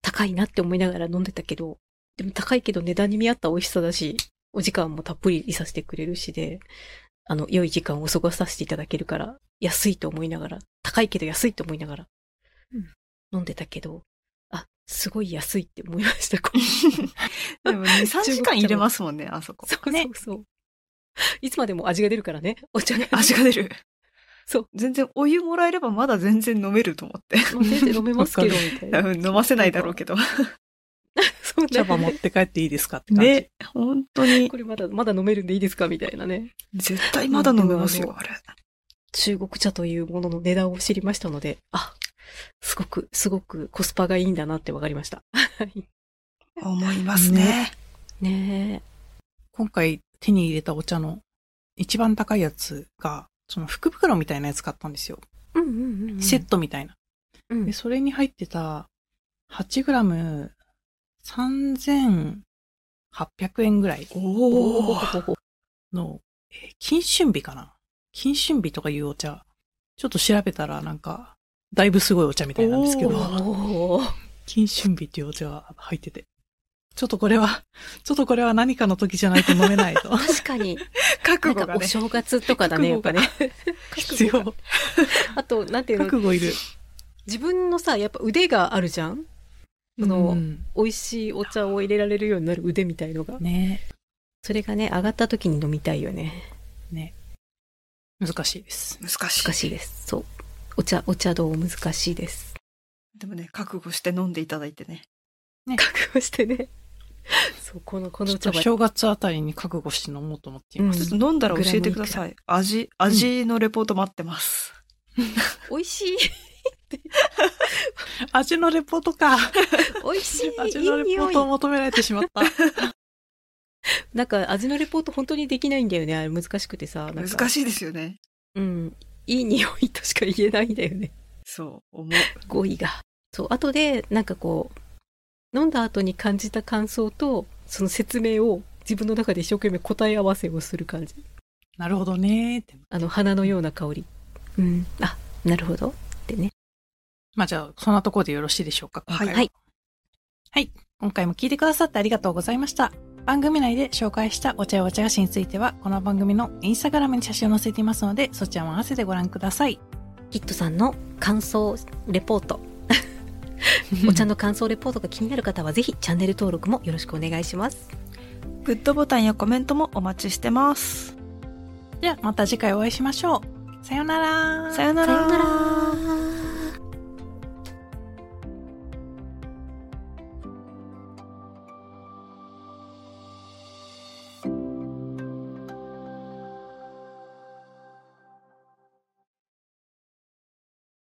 [SPEAKER 3] 高いなって思いながら飲んでたけど、でも高いけど値段に見合った美味しさだし、お時間もたっぷりいさせてくれるしで、あの、良い時間を過ごさせていただけるから、安いと思いながら、高いけど安いと思いながら
[SPEAKER 1] うん、
[SPEAKER 3] 飲んでたけど、あ、すごい安いって思いま した。こ
[SPEAKER 2] でも2、3時間入れますもんね、あそこ。
[SPEAKER 3] そう
[SPEAKER 1] ね
[SPEAKER 3] そうそう。いつまでも味が出るからね、お茶が。
[SPEAKER 2] 味が出る。
[SPEAKER 3] そう。
[SPEAKER 2] 全然、お湯もらえればまだ全然飲めると思って。
[SPEAKER 3] もう全然飲めま すけど、
[SPEAKER 1] わ
[SPEAKER 3] みたい
[SPEAKER 2] 多
[SPEAKER 3] な。
[SPEAKER 2] 分飲ませないだろうけど。
[SPEAKER 3] そう
[SPEAKER 1] 茶葉持って帰っていいですかって感じ。
[SPEAKER 2] ね。本当に
[SPEAKER 3] こ。れまだ、まだ飲めるんでいいですかみたいなね。
[SPEAKER 2] 絶対まだ飲めます
[SPEAKER 3] う
[SPEAKER 2] よ、
[SPEAKER 3] ん
[SPEAKER 2] あれ。
[SPEAKER 3] 中国茶というものの値段を知りましたので、あ、すごく、すごくコスパがいいんだなって分かりました。
[SPEAKER 2] 思いますね。
[SPEAKER 3] ね
[SPEAKER 1] 今回手に入れたお茶の一番高いやつが、その福袋みたいなやつ買ったんですよ。
[SPEAKER 3] え。うんうんうん、うん。
[SPEAKER 1] セットみたいな。
[SPEAKER 3] うん
[SPEAKER 1] で、それに入ってた 8g 3800円ぐらい
[SPEAKER 2] おお。
[SPEAKER 3] ー
[SPEAKER 1] の、えー金春日かな金春日とかいうお茶。ちょっと調べたらなんか、だいぶすごいお茶みたいなんですけ
[SPEAKER 2] お
[SPEAKER 1] ど、
[SPEAKER 2] ー
[SPEAKER 3] おー
[SPEAKER 1] 金春日っていうお茶が入ってて。ちょっとこれは、ちょっとこれは何かの時じゃないと飲めないと。
[SPEAKER 3] 確かに、
[SPEAKER 2] 覚
[SPEAKER 3] なん
[SPEAKER 2] 悟
[SPEAKER 3] か
[SPEAKER 2] が
[SPEAKER 3] お
[SPEAKER 2] ね。
[SPEAKER 3] 正月とかだね、やっぱね。
[SPEAKER 1] 必要。
[SPEAKER 3] あと、なんていうの
[SPEAKER 1] 覚、悟いる。
[SPEAKER 3] 自分のさ、やっぱ腕があるじゃんその
[SPEAKER 1] うん
[SPEAKER 3] 美味しいお茶を入れられるようになる腕みたいのが。
[SPEAKER 1] ね
[SPEAKER 3] それがね、上がった時に飲みたいよね。
[SPEAKER 1] 難しいです。
[SPEAKER 2] 難しい
[SPEAKER 3] 難。しいです。そう。お茶、お茶道難しいです。
[SPEAKER 2] でもね、覚悟して飲んでいただいてね。
[SPEAKER 3] 覚悟してね。そう、この、こ
[SPEAKER 1] ち
[SPEAKER 3] の
[SPEAKER 1] ょ
[SPEAKER 3] お
[SPEAKER 1] っと
[SPEAKER 3] 茶は
[SPEAKER 1] 正月あたりに覚悟して飲もうと思っています。
[SPEAKER 3] うん
[SPEAKER 2] ちょっと飲んだら教えてください。味、味のレポート待ってます。
[SPEAKER 3] 美味しい、
[SPEAKER 1] 味のレポートか。
[SPEAKER 3] 美味しい、
[SPEAKER 1] 味
[SPEAKER 3] いい
[SPEAKER 1] のレポ
[SPEAKER 3] 匂
[SPEAKER 1] ー
[SPEAKER 3] い
[SPEAKER 1] トを。求められてしまった。
[SPEAKER 3] なんか味のレポート本当にできないんだよね。あれ難しくてさ。なんか
[SPEAKER 2] 難しいですよね。
[SPEAKER 3] うん。いい匂いとしか言えないんだよね。
[SPEAKER 2] そう、思
[SPEAKER 3] 語彙が。そう。後で、なんかこう、飲んだ後に感じた感想と、その説明を自分の中で一生懸命答え合わせをする感じ。
[SPEAKER 1] なるほどねーって。
[SPEAKER 3] あの、花のような香り。うん。あ、なるほど。ってね。
[SPEAKER 1] まあじゃあ、そんなところでよろしいでしょうか。今回は
[SPEAKER 3] はい。
[SPEAKER 1] 今回も聞いてくださってありがとうございました。番組内で紹介したお茶やお茶菓子については、この番組のインスタグラムに写真を載せていますので、そちらも合わせてご覧くだ さい。
[SPEAKER 3] キットさんの感想レポート。お茶の感想レポートが気になる方は、ぜひチャンネル登録もよろしくお願いします。
[SPEAKER 2] う。グッドボタンやコメントもお待ちしてます。
[SPEAKER 1] ではまた次回お会いしましょう。さようなら。
[SPEAKER 2] さよな
[SPEAKER 3] さよう
[SPEAKER 2] ら。
[SPEAKER 3] なら。